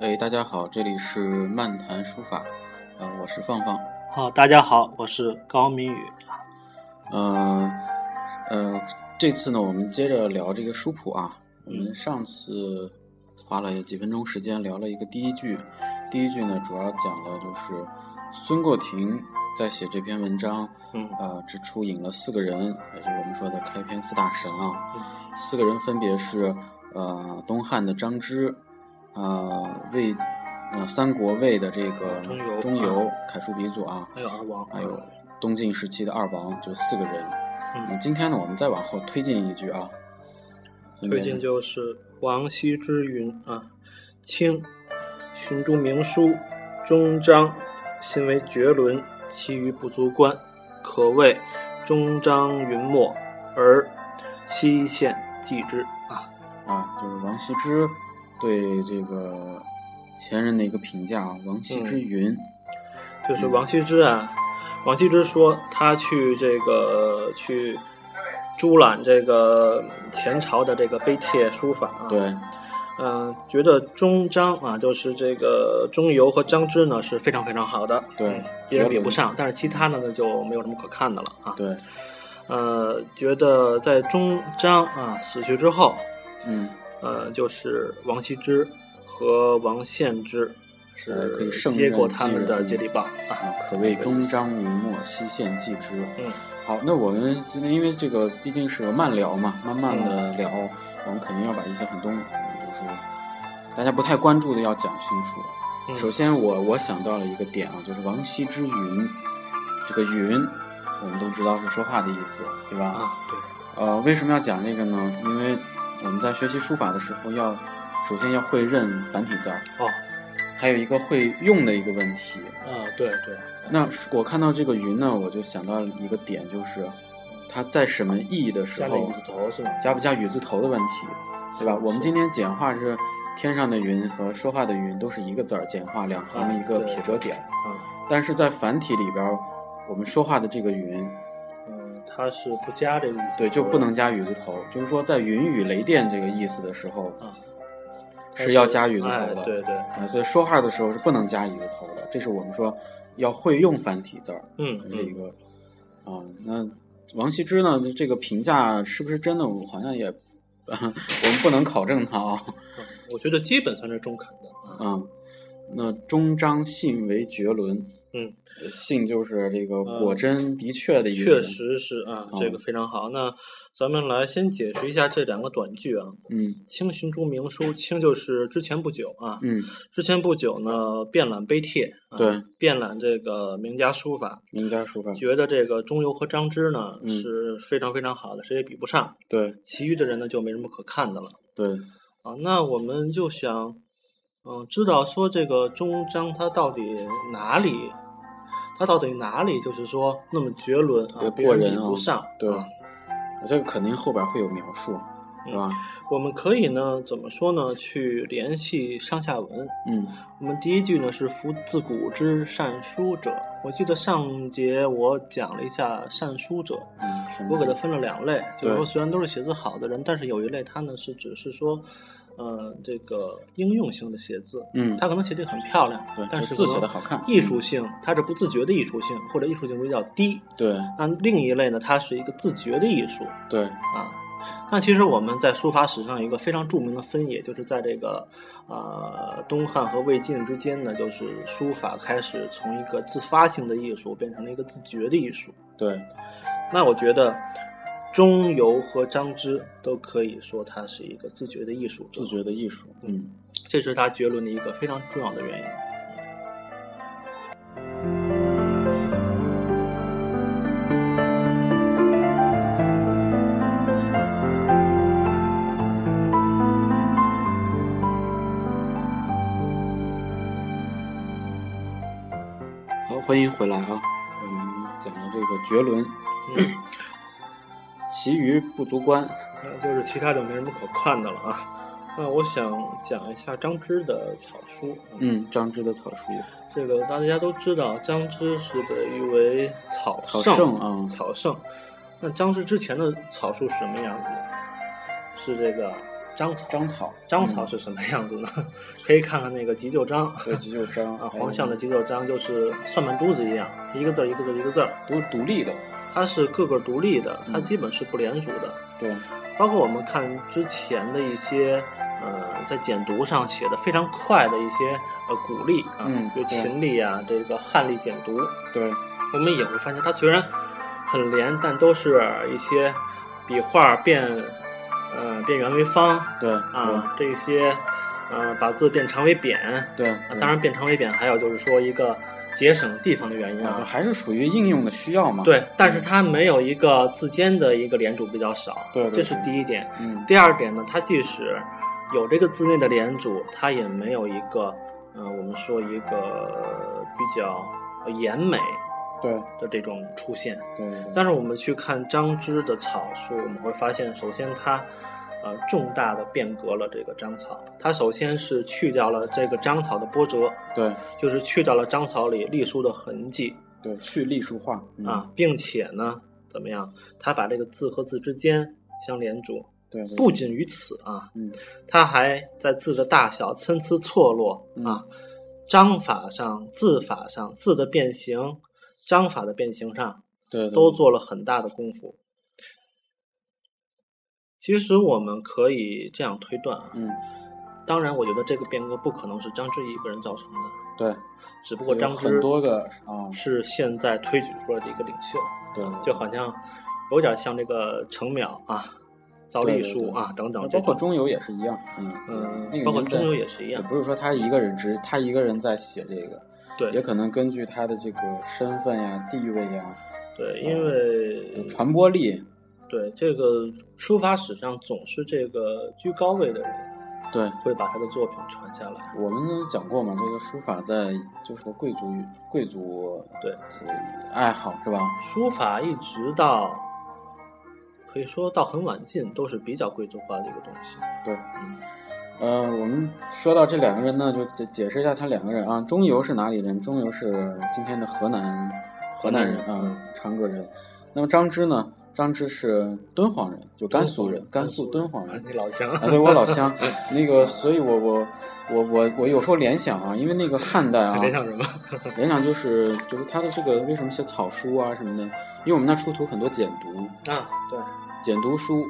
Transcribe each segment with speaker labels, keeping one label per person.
Speaker 1: 哎，大家好，这里是漫谈书法，呃，我是放放，
Speaker 2: 好，大家好，我是高明宇。
Speaker 1: 呃，呃，这次呢，我们接着聊这个书谱啊。我们上次花了几分钟时间聊了一个第一句，第一句呢，主要讲了就是孙过庭在写这篇文章，
Speaker 2: 嗯
Speaker 1: 呃，之初引了四个人，也就是我们说的开篇四大神啊。
Speaker 2: 嗯
Speaker 1: 四个人分别是呃东汉的张芝，呃魏呃三国魏的这个
Speaker 2: 钟繇
Speaker 1: 钟繇楷书鼻祖啊，
Speaker 2: 还有二王，
Speaker 1: 还有东晋时期的二王，就四个人。那
Speaker 2: 嗯，
Speaker 1: 今天呢，我们再往后推进一句啊，分别
Speaker 2: 推荐就是王羲之云啊，清，寻诸明书，中章，心为绝伦，其余不足观，可谓中章云墨，而西县记之啊。
Speaker 1: 啊，就是王羲之对这个前人的一个评价啊，王羲
Speaker 2: 嗯
Speaker 1: 之云，
Speaker 2: 就是
Speaker 1: 嗯
Speaker 2: 王羲之啊，王羲之说他去这个去朱览这个前朝的这个碑帖书法啊，
Speaker 1: 对，
Speaker 2: 嗯，觉得中章啊，就是这个钟繇和张芝呢是非常非常好的，
Speaker 1: 对
Speaker 2: 嗯别人
Speaker 1: 绝
Speaker 2: 比
Speaker 1: 伦
Speaker 2: 不上，但是其他的呢就没有什么可看的了啊。
Speaker 1: 对，
Speaker 2: 呃，觉得在中章啊死去之后，
Speaker 1: 嗯，
Speaker 2: 呃，就是王羲之和王献之
Speaker 1: 呃
Speaker 2: 是
Speaker 1: 可以胜
Speaker 2: 接
Speaker 1: 任
Speaker 2: 过
Speaker 1: 继
Speaker 2: 他们的
Speaker 1: 任
Speaker 2: 接力棒啊
Speaker 1: 啊，，可谓终章明末，西县既之。
Speaker 2: 嗯
Speaker 1: 好，那我们今天因为这个毕竟是个慢聊嘛，慢慢的聊，我们肯定要把一些很多就是大家不太关注的要讲清楚。
Speaker 2: 嗯，
Speaker 1: 首先我，我想到了一个点啊，就是王羲之云，这个云我们都知道是说话的意思，对吧？
Speaker 2: 啊，对。
Speaker 1: 呃，为什么要讲这个呢？因为我们在学习书法的时候要，首先要会认繁体字儿，
Speaker 2: 哦，
Speaker 1: 还有一个会用的一个问题。
Speaker 2: 啊，对对，
Speaker 1: 那我看到这个云呢，我就想到了一个点，就是它在审门意的时
Speaker 2: 加了
Speaker 1: 候
Speaker 2: 雨字，头是吗？
Speaker 1: 加不加雨字头的问题，对吧？
Speaker 2: 是
Speaker 1: 我们
Speaker 2: 是
Speaker 1: 今天简化是天上的云和说话的云都是一个字儿，简化两行的一个
Speaker 2: 嗯对
Speaker 1: 撇折点，
Speaker 2: 啊，
Speaker 1: 但是在繁体里边儿，我们说话的这个云，
Speaker 2: 嗯，它是不加这个雨字头的，
Speaker 1: 对，就不能加雨字头，就是说在云雨雷电这个意思的时候，
Speaker 2: 啊，它
Speaker 1: 是要加雨字头
Speaker 2: 哎
Speaker 1: 的
Speaker 2: 对对，
Speaker 1: 啊，所以说话的时候是不能加雨字头的，这是我们说要会用繁体字儿。
Speaker 2: 嗯
Speaker 1: 这一
Speaker 2: 嗯，
Speaker 1: 个啊、那王羲之呢，这个评价是不是真的？我好像也，啊我们不能考证他啊。
Speaker 2: 嗯我觉得基本算是中肯的啊，
Speaker 1: 嗯，那终章信为绝伦，
Speaker 2: 嗯，
Speaker 1: 信就是这个
Speaker 2: 嗯
Speaker 1: 果真的确的意思。
Speaker 2: 确，实是啊，这
Speaker 1: 嗯
Speaker 2: 个非常好。那咱们来先解释一下这两个短句啊，
Speaker 1: 嗯
Speaker 2: 清寻诸明书，清就是之前不久啊，
Speaker 1: 嗯，
Speaker 2: 之前不久呢，遍览碑帖，啊
Speaker 1: 对，
Speaker 2: 遍览这个名家书法，
Speaker 1: 名家书法，
Speaker 2: 觉得这个钟繇和张芝呢
Speaker 1: 嗯
Speaker 2: 是非常非常好的，谁也比不上。
Speaker 1: 对
Speaker 2: 其余的人呢就没什么可看的了
Speaker 1: 对，
Speaker 2: 啊。那我们就想，嗯、知道说这个中章它到底哪里，它到底哪里就是说那么绝伦啊，
Speaker 1: 别
Speaker 2: 别
Speaker 1: 过
Speaker 2: 人
Speaker 1: 人
Speaker 2: 比
Speaker 1: 啊
Speaker 2: 不上。
Speaker 1: 对
Speaker 2: 啊
Speaker 1: 这个肯定后边会有描述，是吧？
Speaker 2: 我们可以呢怎么说呢？去联系上下文。
Speaker 1: 嗯
Speaker 2: 我们第一句呢是“夫自古之善书者”，我记得上节我讲了一下善书者，
Speaker 1: 嗯，什么
Speaker 2: 我给它分了两类，就
Speaker 1: 对
Speaker 2: 是说虽然都是写字好的人，但是有一类他呢是只是说，呃，这个应用性的写字，
Speaker 1: 嗯，
Speaker 2: 他可能写的很漂亮，
Speaker 1: 对，
Speaker 2: 但
Speaker 1: 就是字
Speaker 2: 可
Speaker 1: 写
Speaker 2: 能
Speaker 1: 的好看，
Speaker 2: 艺术性，它是不自觉的艺术性，或者艺术性比较低。
Speaker 1: 对
Speaker 2: 那另一类呢，它是一个自觉的艺术
Speaker 1: 对，
Speaker 2: 啊。那其实我们在书法史上有一个非常著名的分野，就是在这个呃东汉和魏晋之间呢，就是书法开始从一个自发性的艺术变成了一个自觉的艺术。
Speaker 1: 对，
Speaker 2: 那我觉得钟繇和张芝都可以说他是一个自觉的艺术者
Speaker 1: 自觉的艺术，嗯，
Speaker 2: 这是他绝伦的一个非常重要的原因。
Speaker 1: 好，欢迎回来啊，我们讲了这个绝伦，
Speaker 2: 嗯，
Speaker 1: 其余不足观，
Speaker 2: 那就是其他就没什么可看的了啊。那我想讲一下张芝的草书。，啊
Speaker 1: 嗯，张芝的草书，
Speaker 2: 这个大家都知道，张芝是被誉为草
Speaker 1: 草
Speaker 2: 圣
Speaker 1: 圣啊
Speaker 2: 草圣。那张芝之前的草书是什么样子呢？是这个章草，
Speaker 1: 章草，
Speaker 2: 章草
Speaker 1: 嗯
Speaker 2: 是什么样子呢？ 可以看看那个急救章
Speaker 1: 对，急救章
Speaker 2: 啊，
Speaker 1: 还
Speaker 2: 黄
Speaker 1: 有
Speaker 2: 象的急救章就是算盘珠子一样，一个字儿一个字儿一个字儿，
Speaker 1: 都是独立的，
Speaker 2: 它是个个独立的，它
Speaker 1: 嗯
Speaker 2: 基本是不连属的。
Speaker 1: 对，
Speaker 2: 包括我们看之前的一些，呃，在简牍上写的非常快的一些呃古历啊，
Speaker 1: 嗯
Speaker 2: 比如秦历啊，这个汉历简牍，
Speaker 1: 对，
Speaker 2: 我们也会发现它虽然很连，但都是一些笔画变呃变圆为方
Speaker 1: 对，
Speaker 2: 啊，这些呃把字变长为扁啊，
Speaker 1: 对，对，
Speaker 2: 当然变长为扁还有就是说一个节省地方的原因
Speaker 1: 对
Speaker 2: 啊。
Speaker 1: 还是属于应用的需要嘛，，
Speaker 2: 对，但是它没有一个字间的一个连主比较少，
Speaker 1: 对对
Speaker 2: 这是
Speaker 1: 对
Speaker 2: 第一点。
Speaker 1: 嗯，
Speaker 2: 第二点呢，它即使有这个字内的连主，它也没有一个，呃，我们说一个呃比较呃严美
Speaker 1: 对，
Speaker 2: 的这种出现。
Speaker 1: 对，对
Speaker 2: 但是我们去看张芝的草书，我们会发现，首先它，呃，重大的变革了这个章草。它首先是去掉了这个章草的波折，
Speaker 1: 对，
Speaker 2: 就是去掉了章草里隶书的痕迹
Speaker 1: 对，去隶书化，嗯
Speaker 2: 啊，，并且呢，怎么样？它把这个字和字之间相连主。
Speaker 1: 对，对
Speaker 2: 不，仅于此啊，
Speaker 1: 嗯，
Speaker 2: 它还在字的大小参差错落
Speaker 1: 嗯
Speaker 2: 啊，章法上、字法上、字的变形、章法的变形上
Speaker 1: 对，对
Speaker 2: 都，做了很大的功夫。其实我们可以这样推断啊，
Speaker 1: 嗯，
Speaker 2: 当然，我觉得这个变革不可能是张芝一个人造成的，
Speaker 1: 对，
Speaker 2: 只不过
Speaker 1: 有
Speaker 2: 张芝
Speaker 1: 很多个啊，嗯
Speaker 2: 是现在推举出来的一个领袖，
Speaker 1: 对，对
Speaker 2: 就好像有点像这个程淼啊、造
Speaker 1: 对
Speaker 2: 隶
Speaker 1: 对
Speaker 2: 书
Speaker 1: 对
Speaker 2: 啊等等
Speaker 1: 包
Speaker 2: 这种，
Speaker 1: 括中游也是一样，嗯
Speaker 2: 嗯
Speaker 1: 那，个
Speaker 2: 包括
Speaker 1: 年
Speaker 2: 中
Speaker 1: 代
Speaker 2: 游也是一样
Speaker 1: 也，不是说他一个人，只是他一个人在写这个，
Speaker 2: 对
Speaker 1: 也可能根据他的这个身份呀、地位呀、
Speaker 2: 对，
Speaker 1: 哦
Speaker 2: 因为
Speaker 1: 传播力，
Speaker 2: 对这个书法史上总是这个居高位的人
Speaker 1: 对
Speaker 2: 会把他的作品传下来，
Speaker 1: 我们讲过嘛，这个书法在就是个贵族贵族
Speaker 2: 对
Speaker 1: 呃爱好是吧？
Speaker 2: 书法一直到可以说到很晚近都是比较贵族化的一个东西，
Speaker 1: 对，
Speaker 2: 嗯，
Speaker 1: 呃，我们说到这两个人呢，就解解释一下他两个人啊。钟繇是哪里人？钟繇是今天的河南河南人
Speaker 2: 河南人嗯
Speaker 1: 啊，长葛人。那么张芝呢？张芝是敦煌人，就甘肃人，甘肃敦煌人。
Speaker 2: 你老乡，
Speaker 1: 啊，对我 老乡，那个，所以我我我我我有时候联想啊，因为那个汉代啊，
Speaker 2: 联想什么？
Speaker 1: 联想就是就是他的这个为什么写草书啊什么的，因为我们那出土很多简牍，
Speaker 2: 啊，对，
Speaker 1: 简牍书，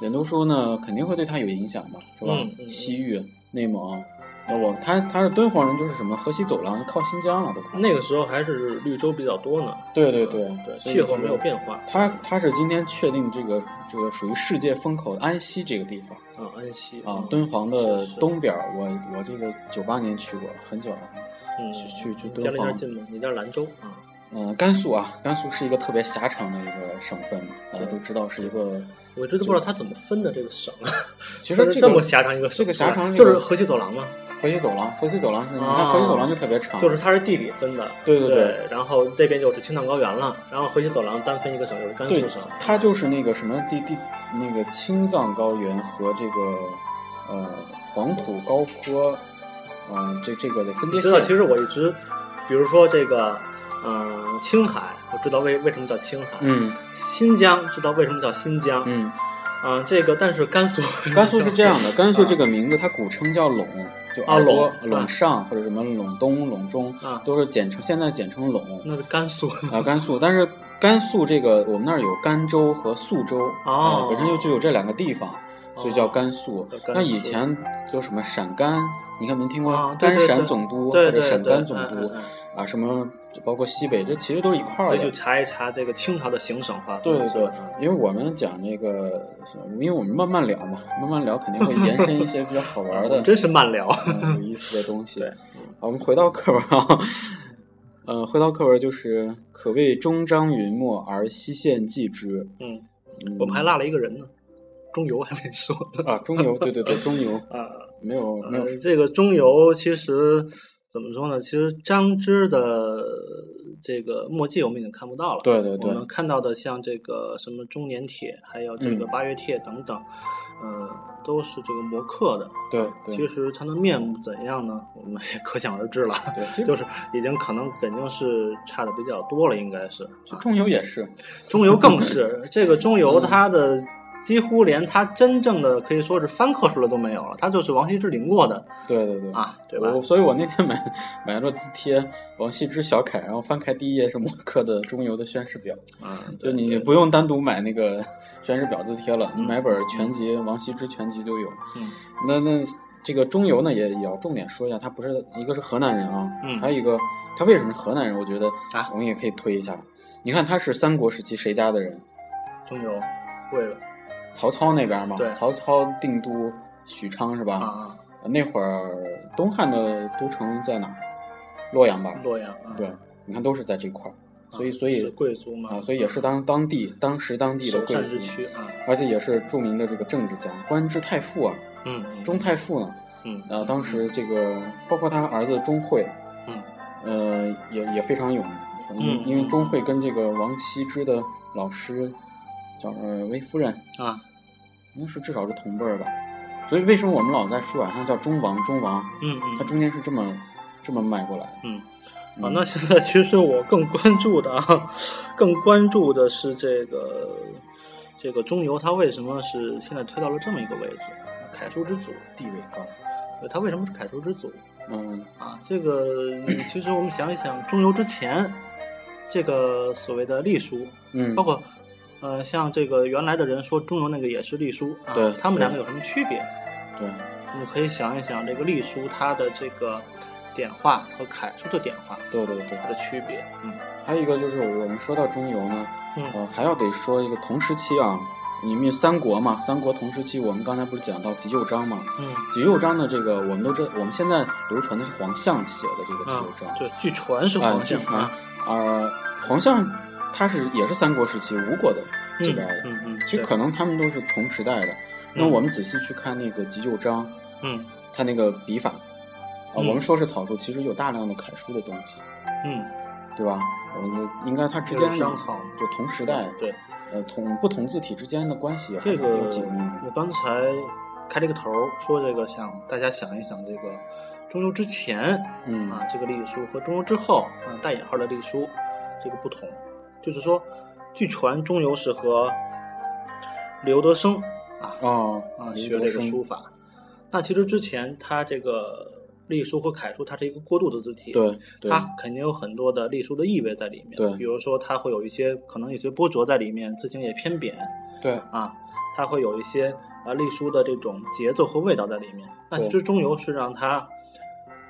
Speaker 1: 简牍书呢肯定会对他有影响吧，是吧？
Speaker 2: 嗯嗯
Speaker 1: 西域、内蒙，那我他他是敦煌人，就是什么河西走廊靠新疆了都快。
Speaker 2: 那个时候还是绿洲比较多呢，
Speaker 1: 对对对
Speaker 2: 对，
Speaker 1: 所以
Speaker 2: 气候
Speaker 1: 就是
Speaker 2: 没有变化，
Speaker 1: 他他是今天确定这个这个属于世界风口的安溪这个地方。
Speaker 2: 啊，安息
Speaker 1: 啊，敦煌的
Speaker 2: 是是
Speaker 1: 东边儿，我我这个九八年去过，很久了。
Speaker 2: 嗯
Speaker 1: 去去去
Speaker 2: 你
Speaker 1: 敦
Speaker 2: 家离那儿
Speaker 1: 煌
Speaker 2: 近吗？你家兰州啊。
Speaker 1: 嗯，甘肃啊，甘肃是一个特别狭长的一个省份嘛，大家都知道是一个。
Speaker 2: 我真的不知道它怎么分的这个省，啊
Speaker 1: 其实
Speaker 2: 它是
Speaker 1: 这
Speaker 2: 这
Speaker 1: 个
Speaker 2: 么狭长一个省，
Speaker 1: 这个狭长
Speaker 2: 就
Speaker 1: 这
Speaker 2: 是
Speaker 1: 个
Speaker 2: 河西走廊嘛，
Speaker 1: 河西走廊，河西走廊是，你看
Speaker 2: 啊
Speaker 1: 河西走廊就特别长，
Speaker 2: 就是它是地理分的，
Speaker 1: 对对对
Speaker 2: 然后这边就是青藏高原了，然后河西走廊单分一个省就是甘
Speaker 1: 对
Speaker 2: 肃省，，
Speaker 1: 它就是那个什么地地那个青藏高原和这个呃黄土高坡，嗯、这这个的分界
Speaker 2: 知道，
Speaker 1: 线。
Speaker 2: 啊其实我一直，比如说这个，嗯、青海，我知道为为什么叫青海，，
Speaker 1: 嗯
Speaker 2: 新疆知道为什么叫新疆，嗯，
Speaker 1: 嗯，
Speaker 2: 啊、这个但是甘肃，
Speaker 1: 甘肃是这样的，甘肃这个名字它古称叫陇，就
Speaker 2: 啊
Speaker 1: 耳朵
Speaker 2: 陇啊
Speaker 1: 陇上或者什么陇东、陇中
Speaker 2: 啊，
Speaker 1: 都是简称，现在简称陇。
Speaker 2: 那是甘肃，
Speaker 1: 啊，甘肃，但是甘肃这个我们那儿有甘州和肃州，
Speaker 2: 哦
Speaker 1: 啊本身就就有这两个地方，所以叫甘肃。
Speaker 2: 叫甘
Speaker 1: 那以
Speaker 2: 肃
Speaker 1: 前就什么陕甘，你看没听过、
Speaker 2: 啊对
Speaker 1: 甘
Speaker 2: 对
Speaker 1: 陕
Speaker 2: 对
Speaker 1: 总督
Speaker 2: 对
Speaker 1: 或者
Speaker 2: 对
Speaker 1: 陕
Speaker 2: 对
Speaker 1: 甘总
Speaker 2: 嗯
Speaker 1: 督
Speaker 2: 嗯嗯
Speaker 1: 啊，什么就包括西北，这其实都是一块
Speaker 2: 可
Speaker 1: 儿
Speaker 2: 以去
Speaker 1: 的。
Speaker 2: 查一查这个清朝的行省嗯划分，
Speaker 1: 对对
Speaker 2: 是
Speaker 1: 对
Speaker 2: 吧，
Speaker 1: 因为我们讲这个，因为我们慢慢聊嘛，慢慢聊肯定会延伸一些比较好玩 的、
Speaker 2: 真是慢聊，
Speaker 1: 嗯有意思的东西。嗯
Speaker 2: 对
Speaker 1: 好，我们回到课文啊， 呃，回到课文就是“可谓终章云墨，而西县记之
Speaker 2: 嗯。”
Speaker 1: 嗯。
Speaker 2: 我们还落了一个人呢，中游还没 说呢。
Speaker 1: 啊，中游，对对对，中游
Speaker 2: 啊，
Speaker 1: 没有没 有
Speaker 2: 呃，这个中游其实怎么说呢？其实张芝的这个墨迹我们已经看不到了，
Speaker 1: 对对对
Speaker 2: 我们看到的像这个什么中年帖，还有这个
Speaker 1: 嗯
Speaker 2: 八月帖等等，呃，都是这个磨刻的。
Speaker 1: 对
Speaker 2: 其
Speaker 1: 对
Speaker 2: 实它的面目怎样呢？我们也可想而知了，
Speaker 1: 对，
Speaker 2: 就是是已经可能肯定是差的比较多了，应该是。啊
Speaker 1: 中游也是，
Speaker 2: 中游更是这个中游，它的几乎连他真正的可以说是翻刻出来都没有了，他就是王羲之临过的
Speaker 1: 对对对，
Speaker 2: 啊，对吧？
Speaker 1: 我所以，我那天买买了字帖王羲之小楷，然后翻开第一页是墨客的《中游》的宣誓表，
Speaker 2: 嗯，
Speaker 1: 就
Speaker 2: 对
Speaker 1: 你
Speaker 2: 对
Speaker 1: 不用单独买那个宣誓表字帖了，你
Speaker 2: 嗯
Speaker 1: 买本全集王羲之全集就有。
Speaker 2: 嗯
Speaker 1: 那那这个中游呢，也也要重点说一下，他不是一个是河南人啊，
Speaker 2: 嗯
Speaker 1: 还有一个他为什么是河南人？我觉得
Speaker 2: 啊
Speaker 1: 我们也可以推一下。你看他是三国时期谁家的人？
Speaker 2: 中游魏魏
Speaker 1: 曹操那边嘛
Speaker 2: 对，
Speaker 1: 曹操定都许昌是吧？
Speaker 2: 啊
Speaker 1: 那会儿东汉的都城在哪儿？洛阳吧
Speaker 2: 啊，？洛阳啊，
Speaker 1: 对，你看都是在这块儿，
Speaker 2: 啊，
Speaker 1: 所以所
Speaker 2: 是
Speaker 1: 以
Speaker 2: 贵族嘛嗯
Speaker 1: 啊，所以也是当当地当时当地的
Speaker 2: 首
Speaker 1: 贵
Speaker 2: 善
Speaker 1: 族，
Speaker 2: 之区啊，
Speaker 1: 而且也是著名的这个政治家，官至太傅啊，
Speaker 2: 嗯嗯
Speaker 1: 中太傅呢，
Speaker 2: 嗯
Speaker 1: 呃，当时这个包括他儿子钟会，
Speaker 2: 嗯
Speaker 1: 呃，也也非常有名，
Speaker 2: 嗯
Speaker 1: 因为钟会跟这个王羲之的老师叫呃韦夫人，
Speaker 2: 啊
Speaker 1: 应该是至少是同辈儿吧，所以为什么我们老在书法上叫中王中王？
Speaker 2: 嗯嗯
Speaker 1: 它中间是这么这么迈过来的。
Speaker 2: 嗯
Speaker 1: 嗯
Speaker 2: 啊，那现在其实我更关注的啊，更关注的是这个这个中游，它为什么是现在推到了这么一个位置？楷书之祖，
Speaker 1: 地位高，
Speaker 2: 呃它为什么是楷书之祖
Speaker 1: 嗯，
Speaker 2: 啊？这个嗯其实我们想一想，中游之前这个所谓的隶书，
Speaker 1: 嗯，
Speaker 2: 包括呃像这个原来的人说中游那个也是隶书啊
Speaker 1: 对，
Speaker 2: 他们两个
Speaker 1: 对
Speaker 2: 有什么区别？
Speaker 1: 对，
Speaker 2: 我们可以想一想这个隶书它的这个点画和楷书的点画
Speaker 1: 对对对
Speaker 2: 它。的区别，嗯。
Speaker 1: 还有一个就是我们说到中游呢，
Speaker 2: 嗯
Speaker 1: 呃，还要得说一个同时期啊，你们三国嘛，三国同时期，我们刚才不是讲到急救章嘛？
Speaker 2: 嗯
Speaker 1: 急救章的这个我们都知，我们现在流传的是黄象写的这个急
Speaker 2: 啊
Speaker 1: 救章，，
Speaker 2: 就据传是
Speaker 1: 哎
Speaker 2: 黄
Speaker 1: 据
Speaker 2: 象
Speaker 1: 传
Speaker 2: 啊，
Speaker 1: 呃，黄象他是也是三国时期吴国的这边的，
Speaker 2: 嗯嗯，
Speaker 1: 其实
Speaker 2: 对
Speaker 1: 可能他们都是同时代的。那
Speaker 2: 嗯
Speaker 1: 我们仔细去看那个急救章，
Speaker 2: 嗯
Speaker 1: 他那个笔法，啊、
Speaker 2: 嗯
Speaker 1: 我们说是草书，其实有大量的楷书的东西，
Speaker 2: 嗯，
Speaker 1: 对吧？我们就应该它之
Speaker 2: 就
Speaker 1: 间
Speaker 2: 是商草
Speaker 1: 就同时代，
Speaker 2: 对
Speaker 1: 呃，同不同字体之间的关系还嗯
Speaker 2: 这
Speaker 1: 是比较
Speaker 2: 个
Speaker 1: 紧密的。
Speaker 2: 我刚才开了个头儿说这个想大家想一想这个中游之前
Speaker 1: 嗯
Speaker 2: 啊这个隶书和中游之后啊带引号的隶书这个不同，就是说据传中游是和刘德生啊
Speaker 1: 哦
Speaker 2: 啊
Speaker 1: 刘
Speaker 2: 学
Speaker 1: 德
Speaker 2: 这个
Speaker 1: 生
Speaker 2: 书法，那其实之前他这个隶书和楷书它是一个过渡的字体，
Speaker 1: 对对
Speaker 2: 它肯定有很多的隶书的意味在里面。
Speaker 1: 对
Speaker 2: 比如说它会有一些可能有些波折在里面，字形也偏扁
Speaker 1: 对
Speaker 2: 啊，它会有一些啊隶书的这种节奏和味道在里面。那
Speaker 1: 对
Speaker 2: 其实中游是让它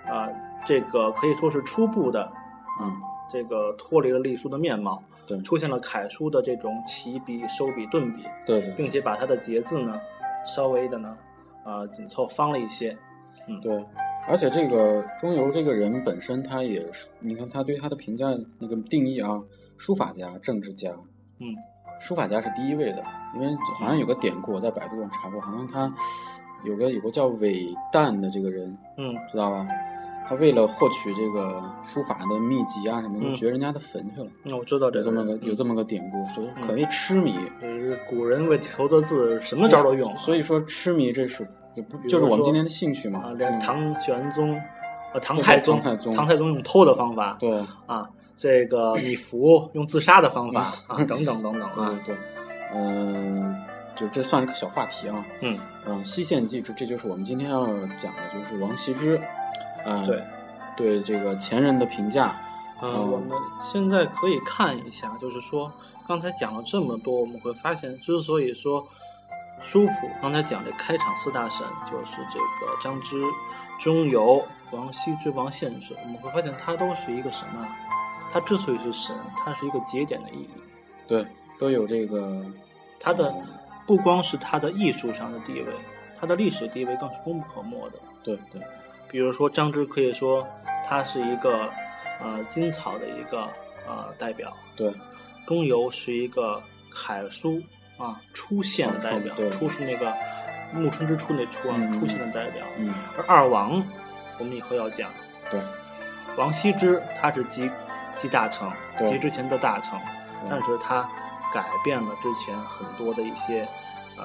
Speaker 2: 啊这个可以说是初步的
Speaker 1: 嗯
Speaker 2: 这个脱离了隶书的面貌，
Speaker 1: 对
Speaker 2: 出现了楷书的这种起笔、收笔、顿笔，
Speaker 1: 对对
Speaker 2: 并且把它的节字呢稍微的呢啊紧凑方了一些。
Speaker 1: 对，而且这个钟繇这个人本身他也是，你看他对他的评价那个定义啊，书法家、政治家，
Speaker 2: 嗯，
Speaker 1: 书法家是第一位的，因为好像有个典故，我在百度上查过，好像他有个有个叫韦诞的这个人，
Speaker 2: 嗯
Speaker 1: 知道吧？他为了获取这个书法的秘籍啊什么的，
Speaker 2: 嗯
Speaker 1: 掘人家的坟去了，
Speaker 2: 那我知道
Speaker 1: 有
Speaker 2: 这
Speaker 1: 这
Speaker 2: 个
Speaker 1: 么
Speaker 2: 人
Speaker 1: 个有这
Speaker 2: 嗯
Speaker 1: 么个典故，所以可谓痴迷。
Speaker 2: 就是古人为求得字，什么招儿都用啊。
Speaker 1: 所以说痴迷这是就不
Speaker 2: 比如
Speaker 1: 就是我们
Speaker 2: 说
Speaker 1: 今天的兴趣嘛？
Speaker 2: 啊，连
Speaker 1: 嗯
Speaker 2: 唐玄宗，呃，唐
Speaker 1: 对
Speaker 2: 太
Speaker 1: 唐
Speaker 2: 宗，
Speaker 1: 太宗
Speaker 2: 用偷的方法
Speaker 1: 对
Speaker 2: 啊，这个米芾用自杀的方法啊，等等等等
Speaker 1: 对
Speaker 2: 啊，
Speaker 1: 对对，嗯、就这算是个小话题啊。
Speaker 2: 嗯
Speaker 1: 嗯、西线记这这就是我们今天要讲的，就是王羲之，啊、
Speaker 2: 对，
Speaker 1: 对这个前人的评价，
Speaker 2: 啊，我们现在可以看一下，就是说刚才讲了这么多，我们会发现，之所以说书谱刚才讲的开场四大神就是这个张芝、钟繇、王羲之、王献之，我们会发现它都是一个什么啊？它之所以是神，它是一个节点的意义。
Speaker 1: 对，都有这个
Speaker 2: 它的
Speaker 1: 嗯
Speaker 2: 不光是它的艺术上的地位，它的历史地位更是功不可没的。
Speaker 1: 对对
Speaker 2: 比如说张芝，可以说他是一个呃金草的一个呃代表，
Speaker 1: 对
Speaker 2: 钟繇是一个楷书啊出现的代表，
Speaker 1: 对
Speaker 2: 出是那个暮春之初那出啊、
Speaker 1: 嗯
Speaker 2: 出现的代表。
Speaker 1: 嗯
Speaker 2: 而二王，我们以后要讲
Speaker 1: 对
Speaker 2: 王羲之，他是集集大成，
Speaker 1: 对
Speaker 2: 集之前的大成，
Speaker 1: 嗯
Speaker 2: 但是他改变了之前很多的一些呃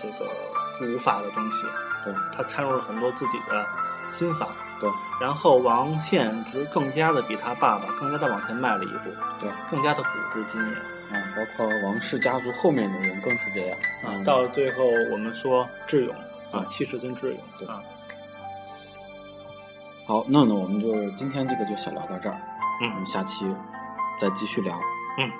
Speaker 2: 这个古法的东西，
Speaker 1: 对啊
Speaker 2: 他掺入了很多自己的新法
Speaker 1: 对
Speaker 2: 然后王献之更加的比他爸爸更加的往前迈了一步，
Speaker 1: 对，
Speaker 2: 更加的古至今也
Speaker 1: 啊，包括王氏家族后面的人更是这样
Speaker 2: 啊
Speaker 1: 嗯。
Speaker 2: 到了最后，我们说智勇啊，
Speaker 1: 对
Speaker 2: 七十尊智勇
Speaker 1: 对
Speaker 2: 啊，
Speaker 1: 好，那呢，我们就是今天这个就先聊到这儿，我
Speaker 2: 嗯
Speaker 1: 们，下期再继续聊。
Speaker 2: 嗯，